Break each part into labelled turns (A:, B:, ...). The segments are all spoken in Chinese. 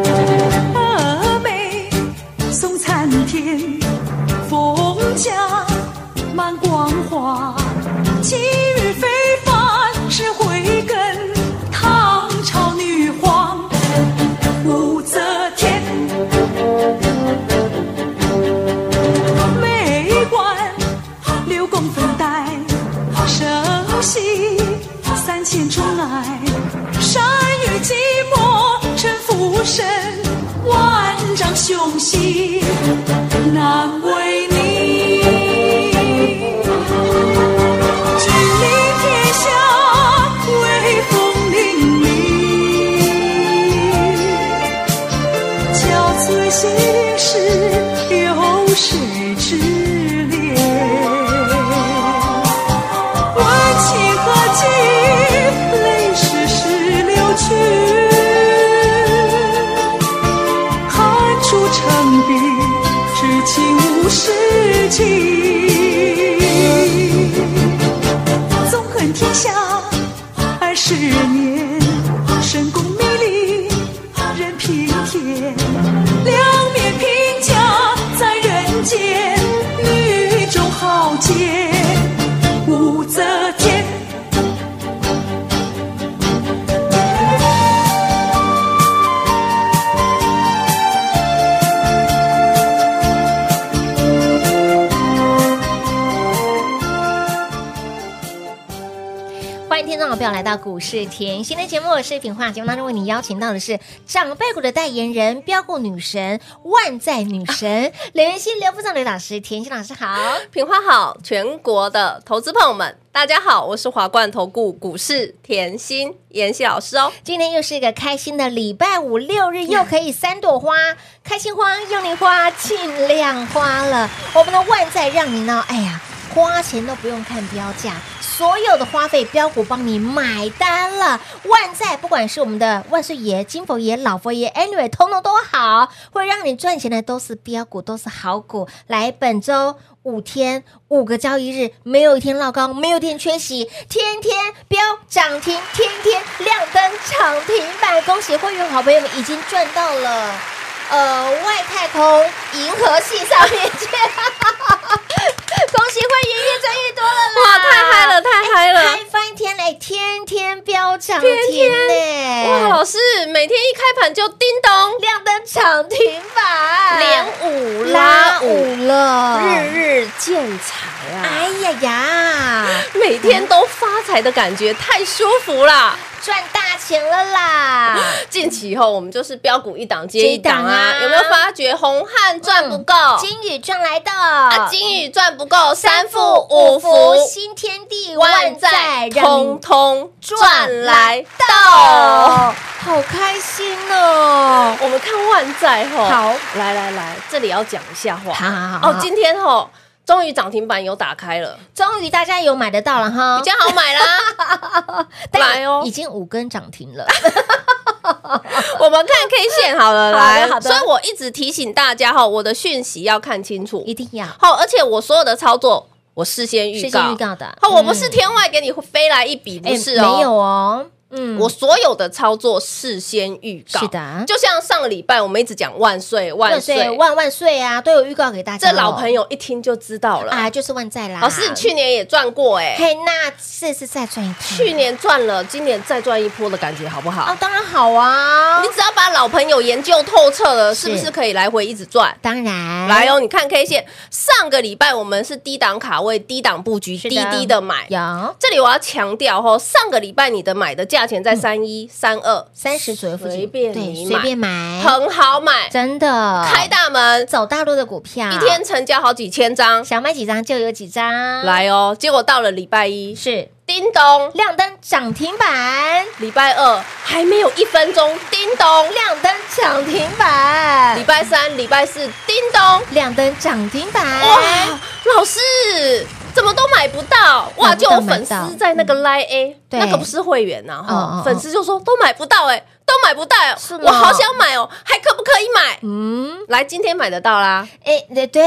A: 峨眉送参天，凤甲满光华，气宇非凡是慧根，唐朝女皇武则天。美冠六宫粉黛，首席三千宠爱，善于寂寞臣服身，万丈雄心难为你。君临天下，威风凛凛。憔悴心事，有谁知怜？温情何尽，泪湿石榴裙。寒出成冰，知情无实情。纵横天下二十年，神功迷离任凭天，两面评价在人间，女中豪杰武则天。
B: 欢迎听众朋友来到股市甜心的节目，我是品化。节目当中为你邀请到的是长辈股的代言人、标股女神、万载女神刘云熙、刘副总、刘老师、甜心老师好。
C: 品花好，全国的投资朋友们，大家好，我是华冠投顾股市甜心妍希老师哦。
B: 今天又是一个开心的礼拜五，六日又可以三朵花，开心花、用力花、尽量花了。我们的万载让你呢，哎呀，花钱都不用看标价，所有的花费标股帮你买单了。万载不管是我们的万岁爷、金佛爷、老佛爷，anyway，通通都好，会让你赚钱的都是标股，都是好股。来，本周。五天五个交易日，没有一天落高，没有一天缺席，天天飙涨停，天天亮灯涨停板。恭喜会员好朋友们已经赚到了，呃，外太空银河系上面去， 恭喜会员越赚越多了啦！
C: 哇，太嗨了，太嗨了！
B: 嗨翻天嘞，天天飙涨停
C: 天天
B: 嘞，
C: 哇，老师每天一开盘就叮咚
B: 亮灯涨停板，
C: 连五
B: 拉
C: 拉五，
B: 五了，
C: 日日见财啊！
B: 哎呀呀！
C: 每天都发财的感觉太舒服啦！
B: 赚大钱了啦！
C: 近期以后我们就是标股一档接一档
B: 接一档
C: 啊，
B: 啊嗯
C: 有没有发觉红汉赚不够？
B: 金宇赚来的
C: 哦啊，金宇赚不够，三富五福
B: 新天地
C: 万
B: 万
C: 载
B: 载，
C: 通通赚来到。
B: 到，好开心哦！
C: 我们看万载吼，
B: 好，
C: 来来来，这里要讲一下话。
B: 好好好
C: 哦，今天吼，终于涨停板有打开了，
B: 终于大家有买得到了哈
C: 比，较好买啦。 来哦
B: 已，经五根涨停 了，
C: 我们看 K 线好
B: 好
C: 了，
B: 的
C: 来。
B: 好的
C: 所以我一直提醒大家哈，我的讯息要看清楚
B: 一。定要
C: 好，而且我所有的操作，我事先预
B: 事
C: 告。
B: 先预告的
C: 好，我不是
B: 嗯
C: 天外给你飞来一笔，不
B: 哎
C: 是哦，
B: 没有哦，嗯，
C: 我所有的操作事先预告，
B: 是的
C: 就像上个礼拜我们一直讲万岁万
B: 万
C: 岁，
B: 岁万万岁啊，都有预告给大家
C: 这
B: 哦。
C: 老朋友一听就知道了。
B: 啊，就是万载啦。
C: 老师，你哦去年也赚过哎、
B: 嘿，那这次再赚一趟，
C: 去年赚了，今年再赚一波的感觉好不好？
B: 哦，当然好啊
C: 你，只要把老朋友研究透彻了，
B: 是嗯
C: 是不是可以来回一直赚？
B: 当然
C: 来哦，你看 K 线，上个礼拜我们是低档卡位、低档布局、
B: 是
C: 低低的买。
B: 有
C: 这里我要强调哦，上个礼拜你的买的价钱在三一、三二、
B: 嗯三十左右附近，
C: 随便
B: 对，
C: 你
B: 随
C: 买
B: 便买，
C: 很好买，
B: 真的啊
C: 开大门，
B: 走大路的股票，
C: 一天成交好几千张，
B: 想买几张就有几张，
C: 来哦。结果到了礼拜一，
B: 嗯是
C: 叮咚；
B: 亮灯涨停板，
C: 礼拜二还没有一分钟，叮咚；
B: 亮灯涨停
C: 礼拜三、礼拜四，叮咚，
B: 亮灯涨停板，哎
C: 哇，老师怎么都买不到？哇，
B: 买不
C: 就
B: 到
C: 有粉丝在那个 Line A，
B: 对
C: 那个不是会员呐，
B: 哦哦
C: 哈
B: 哦，
C: 粉丝就说都买不到，哎，都买不到，哎
B: 是吗
C: 我好想买哦，还可不可以买？
B: 嗯，
C: 来，今天买得到啦，
B: 哎，对 对，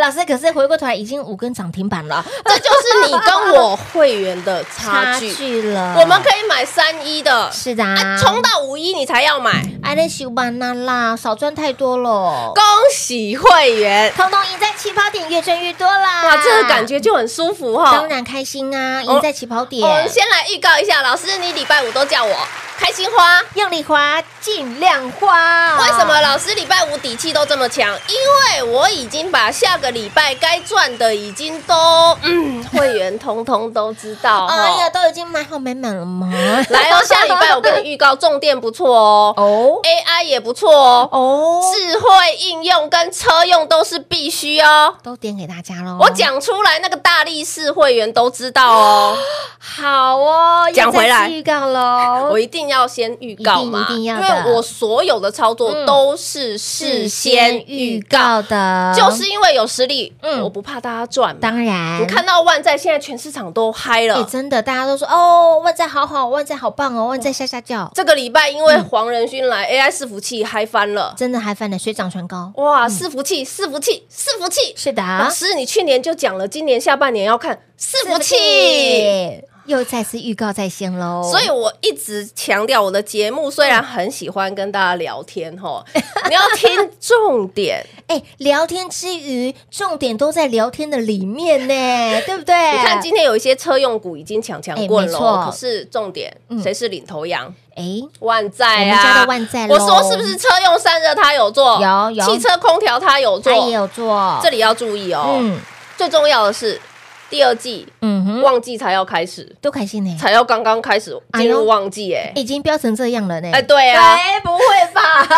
B: 老师，可是回过头来已经五根涨停板了，
C: 这就是你跟我会员的 差距。
B: 了，
C: 我们可以买三一的，
B: 是的
C: 啊，
B: 啊，
C: 冲到五一你才要买，
B: 爱的修班那啦，少赚太多了，
C: 恭喜会员！
B: 通通赢在起跑点，越赚越多啦，
C: 哇，这个感。觉就很舒服哈、
B: 当然开心啊！
C: 哦
B: 赢在起跑点，
C: 我们先来预告一下，老师，你礼拜五都叫我开心花。
B: 用力花，尽量花。
C: 为什么老师礼拜五底气都这么强？因为我已经把下个礼拜该赚的已经都，嗯，会员通通都知 道哈。
B: 哎呀，都已经买好买满了吗？
C: 哦 来哦，下礼拜我跟你预告，重点不错哦
B: 哦
C: ，AI 也不错哦，
B: 哦，
C: 智慧应用跟车用都是必须哦。
B: 都点给大家喽。
C: 我讲出来，那个大力士会员都知道哦。
B: 好哦，又
C: 讲回来
B: 再次预告喽
C: 我。一定要先预告嘛，
B: 哦一定一定要
C: 因
B: 的
C: 为我所有的操作
B: 嗯
C: 都是事先预告，
B: 的
C: 就是因为有实力，
B: 嗯
C: 我不怕大家赚嘛。
B: 当然，
C: 你看到万载现在全市场都嗨
B: 哎，
C: 了，
B: 真的，大家都说哦，万载好好，万载好棒哦，万载下下叫，
C: 这个礼拜因为
B: 嗯
C: 黄仁勋来 AI 伺服器嗨翻了，
B: 真的还翻了水涨船高。
C: 哇，伺服器，伺服器，伺服器。
B: 是的，
C: 老师，你去年就讲了，今年下半年要看伺服器。
B: 对又再次预告在先喽。
C: 所以我一直强调，我的节目虽然很喜欢跟大家聊 天吼，你要听重点，
B: 哎，聊天之余，重点都在聊天的里面 呢，对不对？
C: 你看，今天有一些车用股已经强强
B: 哎
C: 棍
B: 没
C: 了
B: 错
C: 哦，可是重点
B: 嗯
C: 谁是领头羊？
B: 哎，
C: 万载
B: 我们家
C: 啊，
B: 的万载咯
C: 我说是不是车用散热它有做，
B: 有有
C: 汽车空调它有
B: 他也
C: 做，
B: 有做
C: 这里要注意哦。
B: 嗯
C: 最重要的是第二季
B: 嗯哼，
C: 旺季才要开始，
B: 多开心呢，
C: 才要刚刚开始
B: 嗯哎呦
C: 进入旺季哎
B: 已经飙成这样了呢。
C: 哎，对啊，
B: 不会吧？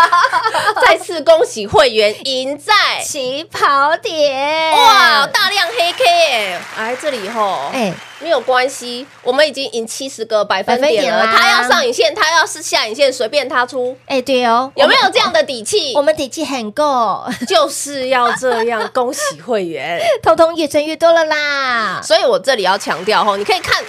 C: 再次恭喜会员赢在
B: 起跑点，
C: 哇，大量黑 K 哎，哎这里吼，
B: 哎，
C: 没有关系，我们已经赢七十个百分
B: 百分
C: 点
B: 点
C: 了。
B: 啦
C: 他要上影线，他要是下影线，随便他出，
B: 哎，对哦，
C: 有没有这样的底
B: 我们？？
C: 气
B: 我们底气很 够，
C: 就是要这样，恭喜会员。
B: 通通越赚越多了啦。
C: 所以我这里要强调吼，你可以看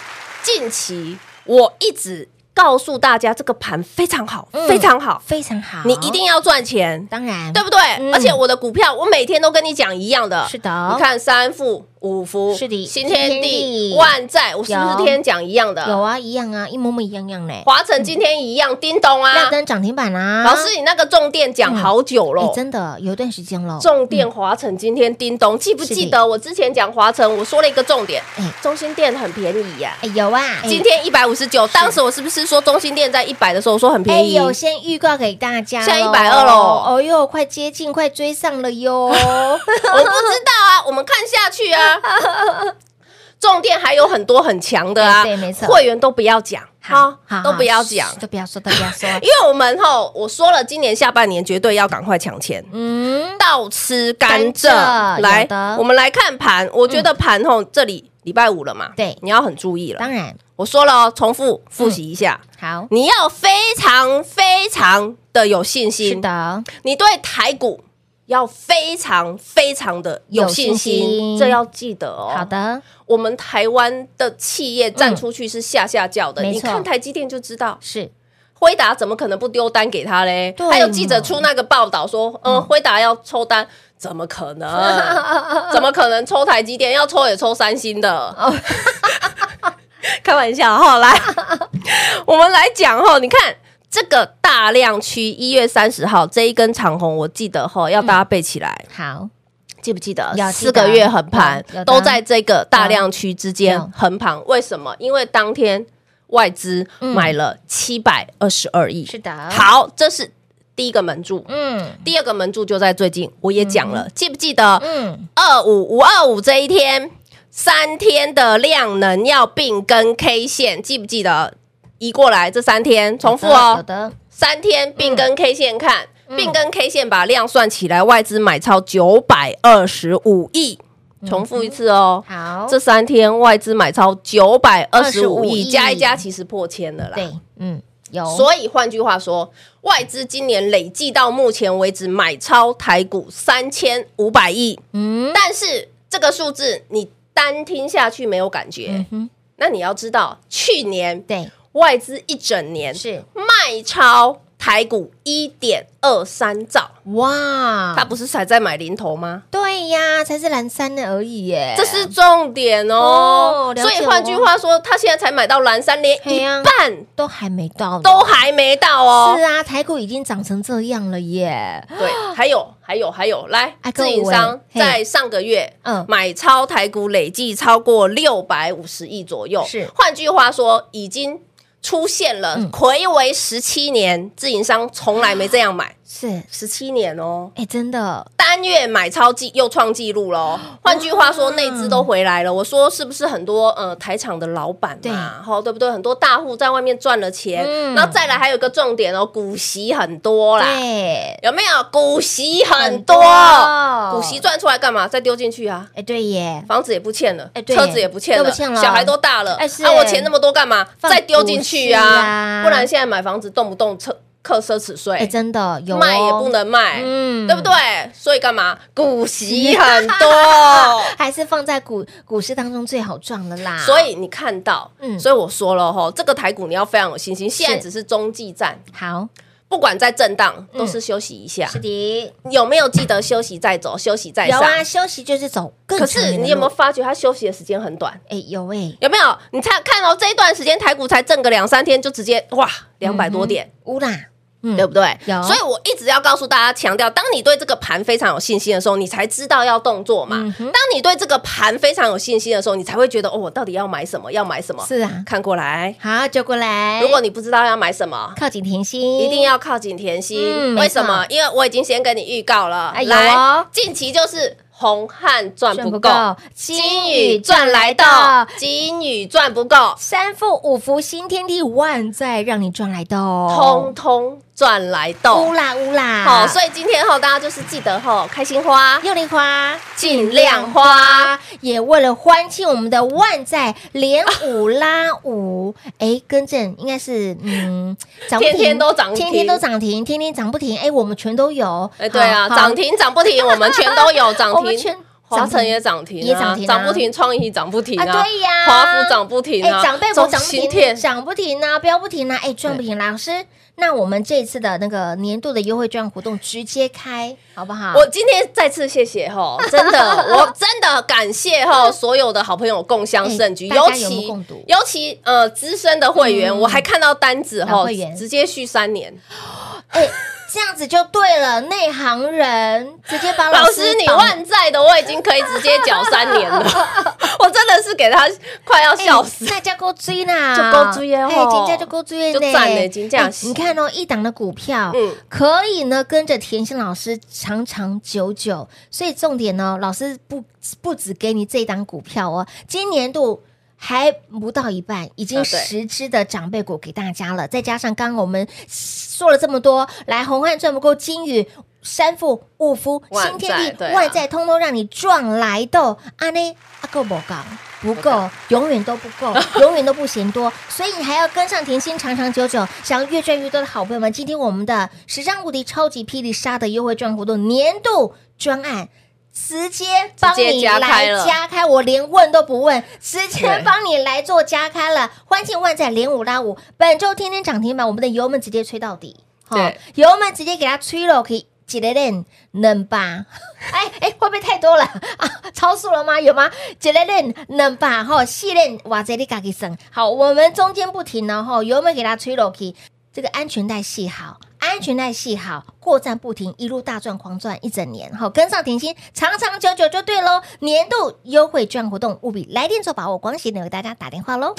C: 近期，我一直告诉大家这个盘非常好，
B: 嗯
C: 非常好，
B: 非常好，
C: 你一定要赚钱，
B: 当然
C: 对不对
B: 嗯？
C: 而且我的股票，我每天都跟你讲一样的。
B: 是的
C: 你看三富、五福、
B: 是的
C: 新天
B: 新天地
C: 地、万载，我是不
B: 有
C: 是天天讲一样的？
B: 有啊，一样啊，一模模一样样嘞。
C: 华晨今天一样，叮咚啊
B: 亮！灯涨停板啊，
C: 老师，你那个重电讲好久
B: 哎
C: 了，，
B: 真的有一段时间了，
C: 重电华晨今天叮咚，记不记
B: 是的
C: 得我之前讲华晨，我说了一个重点
B: 哎，
C: 中心电很便宜呀。
B: 哎有啊，
C: 今天一百五十九，当时我是不是说中心电在一百的时候，我说很便宜
B: 哎，？有先预告给大家咯，
C: 现在120咯
B: 哦哟，快接近，快追上了哟。
C: 我不知道啊，我们看下 去啊。重电还有很多很强的啊，
B: 哎对没错
C: 会员都不要讲， 好，都不要讲，
B: 嘘都不要说，都不要 说。
C: 因为我们吼，我说了，今年下半年绝对要赶快抢钱。
B: 嗯，
C: 倒吃甘蔗。
B: 甘蔗有
C: 来
B: 的，
C: 我们来看盘。我觉得盘吼、这里礼拜五了嘛，
B: 嗯对
C: 你要很注意了
B: 当。然嗯
C: 我说了哦，重复复习一下，
B: 好，
C: 你要非常非常的有信
B: 是
C: 心。
B: 的，
C: 你对台股要非常非常的有信心，
B: 有信心
C: 这要记得哦。
B: 好，的，嗯
C: 我们台湾的企业站出去是下下叫的，
B: 没错
C: 你看台积电就知道。
B: 是
C: 辉达怎么可能不丢单给他嘞
B: 对？
C: 还有记者出那个报道说，嗯，辉达要抽单，怎么可 能？怎么可能抽台积电？要抽也抽三星的。 开玩笑哈， 来，我们来讲哈，你看这个大量区一月三十号这一根长红，我记得哈，要大家背起来，
B: 好，
C: 记不嗯记得
B: 有？记
C: 四
B: 得
C: 个月横盘
B: 有有的
C: 都在这个大量区之间
B: 有
C: 横盘，为什么？因为当天外资
B: 嗯
C: 买了七百二十二亿，
B: 是的，，
C: 好，这是第一个门柱。
B: 啊嗯
C: 第二个门柱就在最近，我也讲了，记不记得
B: 嗯，
C: 二五五二五这一天三天的量能要并跟 K 线，记不记得移过来这三天重复
B: 有
C: 哦，
B: 的，嗯
C: 三天并跟 K 线看，并跟 K 线把量算起来，外资买超九百二十五亿，重复一次哦
B: 有的。嗯好，
C: 这三天外资买超九百二十五
B: 25亿
C: 亿，加一加其实破千了啦。
B: 对，嗯，有
C: 所以换句话说，外资今年累计到目前为止买超台股三千五百亿，
B: 嗯
C: 但是这个数字你单听下去没有感觉
B: 嗯。哼，
C: 那你要知道，去年
B: 对，
C: 外资一整年
B: 是
C: 卖超台股一点二三兆，
B: 哇，
C: 他不是才在买零头吗？
B: 对呀，才是蓝山的而已耶，
C: 这是重点哦
B: 啊哦。了
C: 所
B: 解
C: 以换句话说，他现在才买到蓝山，连
B: 嘿
C: 一
B: 呀
C: 半
B: 都还没到呢，
C: 都还没到哦
B: 是。啊，台股已经涨成这样了耶，
C: 对，还有还有还有，来
B: 啊，各
C: 自
B: 位
C: 营商
B: 嘿
C: 在上个月，
B: 嗯
C: 买超台股累计超过六百五十亿左右。
B: 是
C: 换句话说，已经出现了
B: 嗯
C: 魁违十七年，自营商从来没这样 买，
B: 是，
C: 十七年哦。
B: 哎，真的，
C: 单月买超记又创纪 录喽。换句话说，内资都回来了。我说是不是很多呃台厂的老板
B: 对
C: 嘛，吼对不对？很多大户在外面赚了钱，
B: 嗯
C: 然后再来还有一个重点哦，股息很多啦，
B: 对，
C: 有没有？股息很多，
B: 很多
C: 股息赚出来干嘛？再丢进去啊。
B: 哎，对耶，
C: 房子也不欠了，
B: 哎对
C: 车子也不欠了，
B: 都不欠了
C: 小孩都大了，
B: 哎是
C: 啊，我钱那么多干嘛？
B: 放
C: 再丢进去
B: 股息
C: 啊
B: 啊，
C: 不然现在买房子动不动车克奢侈税，
B: 哎，真的有哦
C: 卖也不，能卖，
B: 嗯
C: 对不对？所以干嘛？股息很
B: ，
C: 多
B: 还是放在股股市当中最好赚了啦，
C: 所以你看到，
B: 嗯
C: 所以我说了吼，这个台股你要非常有信心。现在只是中继站，
B: 好，
C: 不管在震荡
B: 嗯
C: 都是休息一下，
B: 是的，
C: 有没有记得休息再走，休息再
B: 有
C: 上？
B: 啊，休息就是走更
C: 可
B: 长远
C: 是
B: 的路
C: 你有没有？发觉它休息的时间很短？
B: 哎，有哎，
C: 有没有？你才看哦，这一段时间台股才震个两三天，就直接哇两百多点，
B: 乌啦，嗯
C: 对不对？
B: 有
C: 所以我一直要告诉大家，强调，当你对这个盘非常有信心的时候，你才知道要动作嘛。
B: 嗯哼
C: 当你对这个盘非常有信心的时候，你才会觉得哦，我到底要买什么？要买什么？
B: 是哎啊，
C: 看过来。
B: 好，就过来，
C: 如果你不知道要买什么，
B: 靠近甜心，
C: 一定要靠近甜心。
B: 哎嗯
C: 为什么？因为我已经先跟你预告了。
B: 哎有
C: 来，
B: 哦
C: 近期就是红汉赚
B: 赚
C: 不
B: 不
C: 够，
B: 够，
C: 金宇赚来
B: 到
C: 到，金宇赚不够，
B: 三富五福新天地万载，让你赚来的
C: 通
B: 哦，
C: 通赚来
B: 乌
C: 到。
B: 啦乌啦，
C: 好，所以今天后大家就是记得吼，开心花。
B: 幼玲花啊
C: 尽量花。
B: 也为了欢庆我们的万载连五拉五， 哎，更正应该是嗯，涨不停
C: 天天都涨停
B: 天天都涨停，天天涨不停，哎，我们全都有，
C: 哎，对啊，
B: 好
C: 涨，停涨不停，我们全都有涨
B: 我们全
C: 停。华
B: 涨
C: 晨
B: 停
C: 也涨停啊，
B: 也涨停啊
C: 涨不停，创意涨不停
B: 啊对呀
C: 华孚涨不停
B: 哎
C: 啊，，
B: 长辈股
C: 中
B: 涨不
C: 兴
B: 停，
C: 电
B: 涨不停啊，飙不停啊，哎，赚不停啦。老师，那我们这一次的那个年度的优惠券活动直接开，好不好？
C: 我今天再次谢谢 哈，真的，我真的感谢哈所有的好朋友共襄盛举，
B: 哎大
C: 尤
B: 家有目
C: 其
B: 共睹
C: 尤其呃资深的会员，我还看到单子
B: 老
C: 哈
B: 会员，
C: 直接续三年。
B: 哎，这样子就对了，内行人直接把
C: 老
B: 师
C: 师，你
B: 绑
C: 万载的我已经可以直接缴三年 了，我真的是给他快要
B: 哎
C: 笑死。
B: 那叫够追啦，
C: 就够追的
B: 哎，
C: 吼
B: 金价就够追
C: 就赞嘞真的是
B: 你看哦，一档的股票，
C: 嗯
B: 可以呢跟着甜心老师长长久久。所以重点呢，老师不不只给你这一档股票哦，今年度。还不到一半，已经
C: 啊对
B: 十只的长辈股给大家了，再加上刚刚我们说了这么多，来红汉赚不够金宇。三富、五福、
C: 万
B: 新天
C: 载对
B: 地、
C: 啊
B: 万载，通通让你赚来的。阿内阿够不够？不够，永远都不 够，永远都不嫌多，所以你还要跟上甜心长长久久。想要越赚越多的好朋友们，今天我们的十张无敌超级霹雳杀的优惠券活动年度专案。直接帮
C: 直接
B: 你
C: 加开
B: 来
C: 了
B: 加开，我连问都不问，直接
C: 对
B: 帮你来做加开了。欢庆万载连五拉五，本周天天涨停板，我们的油门直接吹到底，
C: 对
B: 齁油门直接给它吹了，可以几个链能吧？ 哎哎，会不会太多了 啊？超速了吗？有吗？一个链两百吼，四链哇，这你自己算。好，我们中间不停了吼，油门给它吹落去，这个安全带系好，安全带系好，过站不停，一路大赚狂赚一整年，好跟上甜心，长长久久就对喽。年度优惠券活动务必来电做把握，光喜的给大家打电话喽。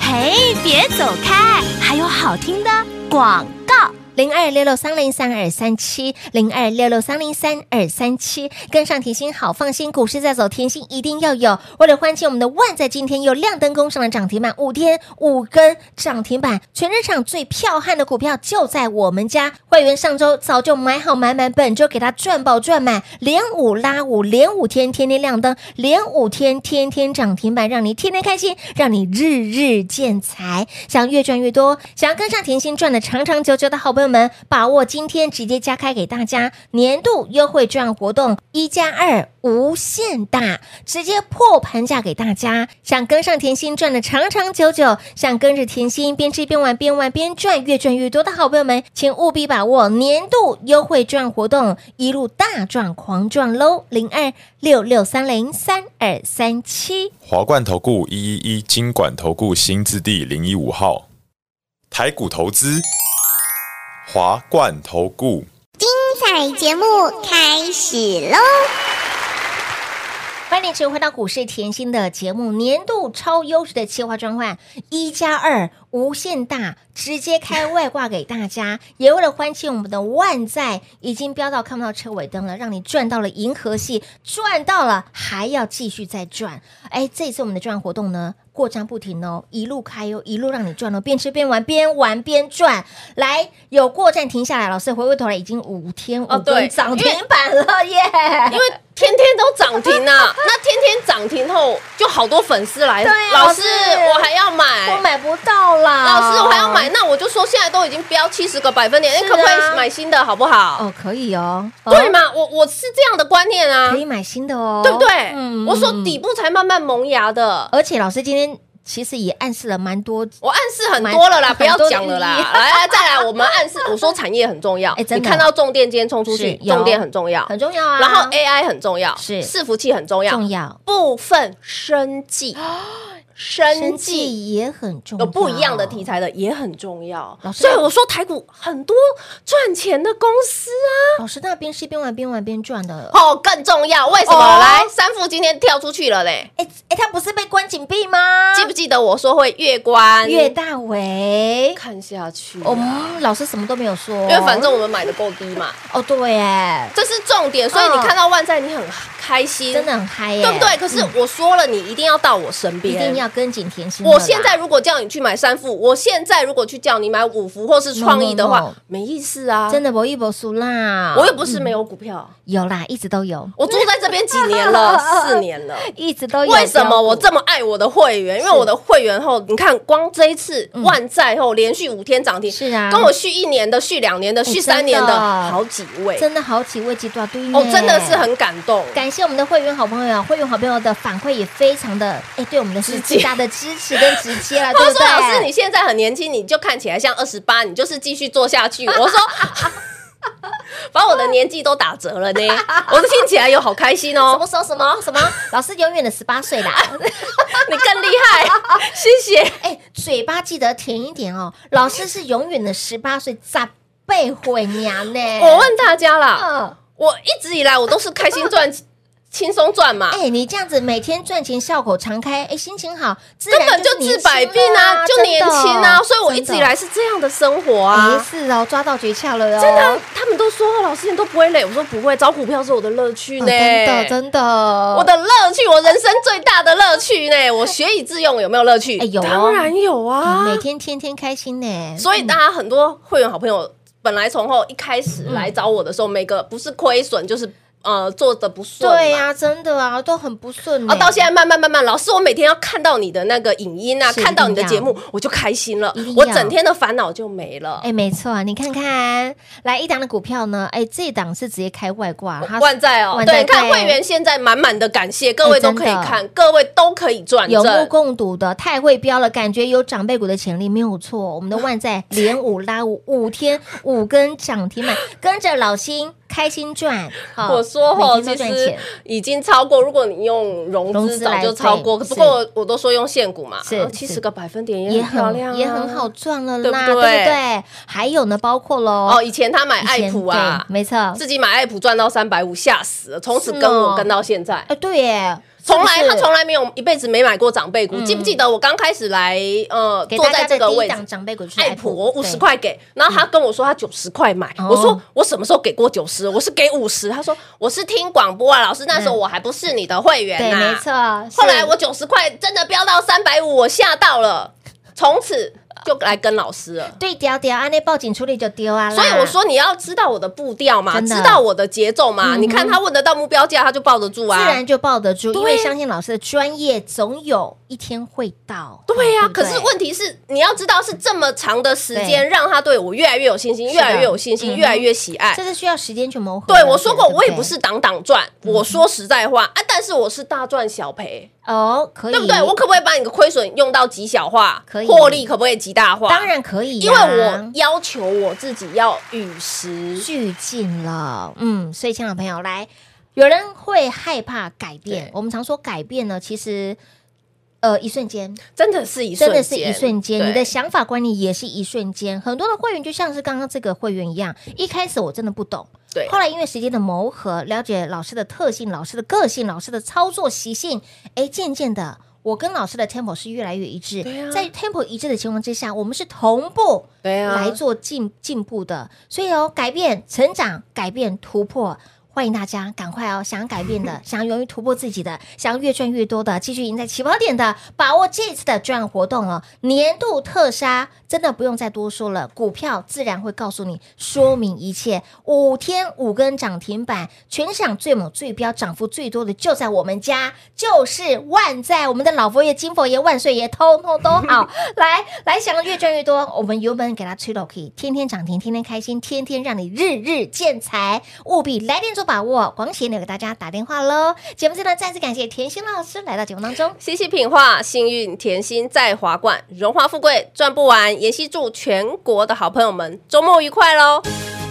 D: 嘿，别走开，还有好听的广告。
B: 零二六六三零三二三七零二六六三零三二三七，跟上甜心好放心，股市在走，甜心一定要有。为了欢庆我们的万，在今天又亮灯攻上了涨停板，五天五根涨停板，全市场最彪悍的股票就在我们家。会员上周早就买好买满，本周给他赚爆赚满，连五拉五，连五天天天亮灯，连五天天天涨停板，让你天天开心，让你日日见财。想越赚越多，想要跟上甜心赚的长长久久的好朋友们，把握今天直接加开给大家年度优惠券活动，一加二无限大，直接破盘价给大家。想跟上甜心赚的长长久久，想跟着甜心边吃边玩边玩边赚，越赚越多的好朋友们，请务必把握年度优惠券活动，一路大赚狂赚喽！零二六六三零三二三七。
E: 华冠投顾一一一金管投顾新字第零一五号，台股投资，华冠投顾。
F: 彩节目开始喽！
B: 欢迎持续回到股市甜心的节目，年度超优质的企划专换一加二无限大，直接开外挂给大家。也为了欢庆我们的万载已经飙到看不到车尾灯了，让你赚到了银河系，赚到了还要继续再赚。哎，这次我们的赚活动呢？过站不停哦，一路开哦，一路让你赚哦，边吃边玩，边玩边赚。来，有过站停下来，老师回过头来已经五天五
C: 哦
B: 根
C: 对
B: 涨
C: 因
B: 停
C: 为
B: 板了耶！
C: 因为天天都涨停 啊，那天天涨停后，就好多粉丝来，
B: 对啊
C: 老师
B: 老师
C: 我还要买，
B: 我买不到啦，
C: 哎老师我还要买，那我就说现在都已经标七十个百分点，哎、
B: 是啊
C: 可不可以买新的，好不好？
B: 哦，可以哦，
C: 对
B: 哦？
C: 嘛，我我是这样的观念啊
B: 可，以买新的哦，
C: 对不对？
B: 嗯
C: 我说底，部才慢慢萌芽的。
B: 而且老师今天其实也暗示了蛮多，
C: 我暗示很多了啦，
B: 蛮
C: 不要讲了
B: 很多
C: 啦
B: 的。
C: 来来，再来，我们暗示，我说产业很重要。
B: 哎真的
C: 你看到重电今天冲出去，
B: 是有
C: 重电很重要，
B: 很重要啊。
C: 然后哎 AI 很重要，
B: 是
C: 伺服器很重要，
B: 重要，
C: 部分生 计，生
B: 生
C: 计
B: 计也很重要，
C: 有不一样的题。材的也很重要
B: 老。师
C: 所以我说台股很多赚钱的公司
B: 老师那边是边玩边玩边赚的，
C: 啊，哦更重要。为什
B: 哦
C: 么？来，三富今天跳出去了嘞，
B: 哎哎，他不是被关紧闭吗？
C: 记不记得我说会越关
B: 岳大为，
C: 看下去啊？
B: 我们老师什么都没有说，
C: 因为反正我们买的够低嘛。
B: 哦对耶，
C: 这是重点，所以你看到万载，你很开心，
B: 真的，很嗨耶，
C: 对不对？可是
B: 嗯
C: 我说了，你一定要到我身
B: 一
C: 边，
B: 定。要跟紧甜心了啦。
C: 我现在如果叫你去买三副，我现在如果去叫你买五福或是创意的
B: No, no,
C: 话
B: no，
C: 没意思啊。
B: 真
C: 的，
B: 的搏一搏输啦，
C: 我又不是没有股票，
B: 有啦，一直都有，
C: 我住在这边几年 了，四年了。
B: 一直都有。
C: 为什么
B: 标
C: 我
B: 股
C: 这么爱我的会员？因为我的会员后，你看光这一次
B: 嗯
C: 万载后连续五天涨停，
B: 是啊哎
C: 跟我续一年的、续两年的、续三年
B: 真
C: 的
B: 的
C: 好几位，
B: 真的好几位集团对
C: 哦，真的是。很感动。
B: 感谢我们的会员好朋友，啊会员好朋友的反馈也非常的，哎，对我们的是极大的支持跟直接 了，
C: 他
B: 对不
C: 说：“
B: 对？
C: 老师，你现在很年轻，你就看起来像二十八，你就是继续做下去。” 我说：“把我的年纪都打折了呢。”我听起来有好开心
B: 什么
C: 哦，
B: 时候什么什么，老师永远的十八岁 啦，
C: 你更厉 害，谢谢。
B: 哎，嘴巴记得甜一点哦，老师是永远的十八岁，咋被毁娘呢？
C: 我问啊大家啦，
B: 嗯，
C: 我一直以来我都是开心赚，轻松赚嘛，
B: 哎，你这样子每天赚钱笑口常开，哎，心情好，自
C: 根
B: 然
C: 本就
B: 就
C: 治
B: 年轻
C: 百病
B: 啦
C: 啊，就年轻啊，所以我一直
B: 真
C: 以。
B: 的真的
C: 来是这样的生活
B: 没
C: 啊。
B: 事哦，抓到诀窍了哟！
C: 真的，他们都说老师你都不会累，我说不会，找股票是我的乐趣
B: 哦
C: 呢，
B: 真的真的，
C: 嗯我的乐趣，我人生最大的乐 趣呢，我学以致用有没有乐趣？
B: 哎有哦哎
C: 当然有啊。
B: 每天天天开心呢。
C: 所以大家很多会员好朋友，本来从后一开始
B: 嗯
C: 来找我的时候，每个不是亏损就是呃做的不顺，
B: 对。呀、真的啊，都很不顺呢
C: 哦，到现在慢慢慢慢，老师，我每天要看到你的那个影音啊，
B: 是
C: 看到你的
B: 一定
C: 节
B: 要
C: 目，我就开心了
B: 一定，要
C: 我整天的烦恼就没了。
B: 哎，没错，你看看，来一档的股票呢，哎，这一档是直接开外挂，它
C: 万载哦，
B: 万载
C: 对，看
B: 对
C: 会员现在满满的感谢，各位都可以
B: 真的
C: 看，各位都可以赚
B: 有目
C: 正。
B: 共睹的，太会标了，感觉有长辈股的潜力，没有错。我们的万载连五拉五，五 天五根涨停板，跟着老新开心赚。好
C: 我说哦，
B: 每
C: 其
B: 天都赚
C: 实
B: 钱，
C: 已经超过，如果你用融
B: 融资
C: 资早就
B: 来
C: 超
B: 对
C: 过，
B: 是
C: 不过我我都说用现股嘛哦
B: 是，
C: 七
B: 是
C: 十个百分点也
B: 也
C: 很漂亮、
B: 很
C: 啊，
B: 也很好赚了
C: 对不
B: 啦，对不
C: 对
B: 对？还有呢，包括喽，
C: 哦。以前他买
B: 以
C: 爱
B: 前
C: 普啊
B: 对，没错，
C: 自己买爱普赚到三百五，吓死了，从此跟
B: 是哦
C: 我跟到现在。
B: 哎，对耶，
C: 从来
B: 是嗯
C: 他从来没有一辈子没买过长辈股，记不记得我刚开始来呃
B: 给
C: 坐
B: 大
C: 在
B: 家
C: 这
B: 的
C: 个
B: 第一
C: 位置
B: 档？长辈股就是
C: 爱普，我五十，块给，然后他跟我说他九十块买，
B: 嗯哦
C: 我说我什么时候给过九十？我是给五十，他说我是听广播啊，老师那时候我还不是你的会员
B: 嗯对，对
C: 呐、
B: 没错。
C: 后
B: 是
C: 来我九十块真的飙到三百五，我吓到了，从此就来跟老师了。
B: 对调调，安内报警处理就丢啊啦。
C: 所以我说你要知道我的步调嘛，
B: 真的嗯
C: 知道我的节奏嘛。你看他问得到目标价，他就抱得住啊。
B: 自然就抱得住，
C: 对
B: 因为相信老师的专业，总有一天会到。
C: 对呀、
B: 哎不
C: 可是问题是，你要知道是这么长的时间，
B: 对
C: 让他对我越来越有信心，
B: 是
C: 越
B: 的
C: 来越有信心，
B: 嗯哼
C: 越来越喜爱
B: 这。是需要时间去磨合的。
C: 对我说过，
B: 对对嗯
C: 我也不是挡挡赚，我说实在话啊，但是我是大赚小赔，
B: 哦，可以，
C: 对不对？我可不可以把你的亏损用到极小化？
B: 可以
C: 获利可不可以极大化？
B: 当，然可以
C: 因
B: 呀、
C: 为我要求我自己要与时
B: 俱进了，嗯，所以亲爱的朋友来，有人会害怕改变
C: 对，
B: 我们常说改变呢，其实。呃，一瞬间，
C: 真的是一瞬
B: 真
C: 间，
B: 的是一瞬间，你的
C: 对
B: 想法观念也是一瞬间。很多的会员就像是刚刚这个会员一样，一开始我真的不懂，
C: 对
B: 后来因为时间的磨合，了解老师的特性、老师的个性、老师的操作习性，哎，渐渐的，我跟老师的 tempo 是越来越一致。
C: 对啊
B: 在 tempo 一致的情况之下，我们是同步
C: 对啊
B: 来做进进步的。所以哦，改变、成长、改变、突破。欢迎大家赶快哦！想要改变 的，想要勇于突破自己的，想要越赚越多的，继续赢在起跑点的，把握这次的赚活动哦！年度特杀真的不用再多说了，股票自然会告诉你说明一切。五天五根涨停板，全场最猛最标，涨幅最多的就在我们家，就是万载我们的老佛爷、金佛爷、万岁爷，通通都好。来来，想要越赚越多，我们原本给他吹了，可以天天涨停，天天开心，天天让你日日见财，务必来电做把握。广喜呢给大家打电话喽。节目最后呢再次感谢甜心老师来到节目当中。
C: 西西品化，幸运甜心在华冠，荣华富贵赚不完。妍希祝全国的好朋友们周末愉快喽！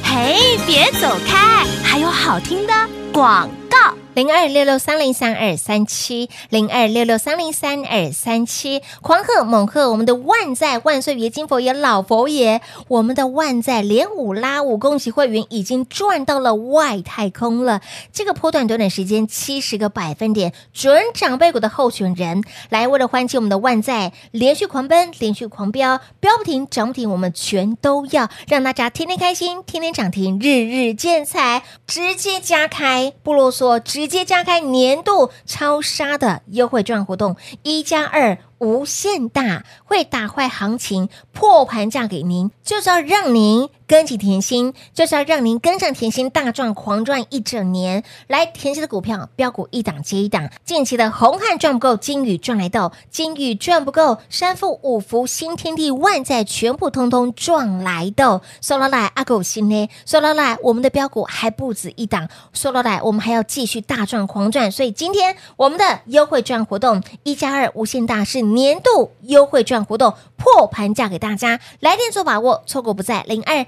D: 嘿，别走开，还有好听的广告。
B: 零二六六三零三二三七，零二六六三零三二三七，狂贺猛贺我们的万载万岁爷金佛爷老佛爷，我们的万载连五拉五，恭喜会员已经赚到了外太空了。这个波段短短时间七十个百分点，准长辈股的候选人来，为了欢庆我们的万载，连续狂奔，连续狂飙，飙不停，涨不停，我们全都要让大家天天开心，天天涨停，日日见财，直接加开，不啰嗦，直接加开年度超杀的优惠券活动，一加二。无限大会打坏行情，破盘价给您，就是要让您跟紧甜心，就是要让您跟上甜心大赚狂赚一整年。来，甜心的股票标股一档接一档，近期的红汉赚不够，金宇赚来到，金宇赚不够，山富五福新天地万载全部通通赚来到。说老来阿狗新呢，说老来我们的标股还不止一档，说老来我们还要继续大赚狂赚，所以今天我们的优惠券活动一加二无限大是年度优惠券活动破盘价给大家，来电做把握，错过不再零二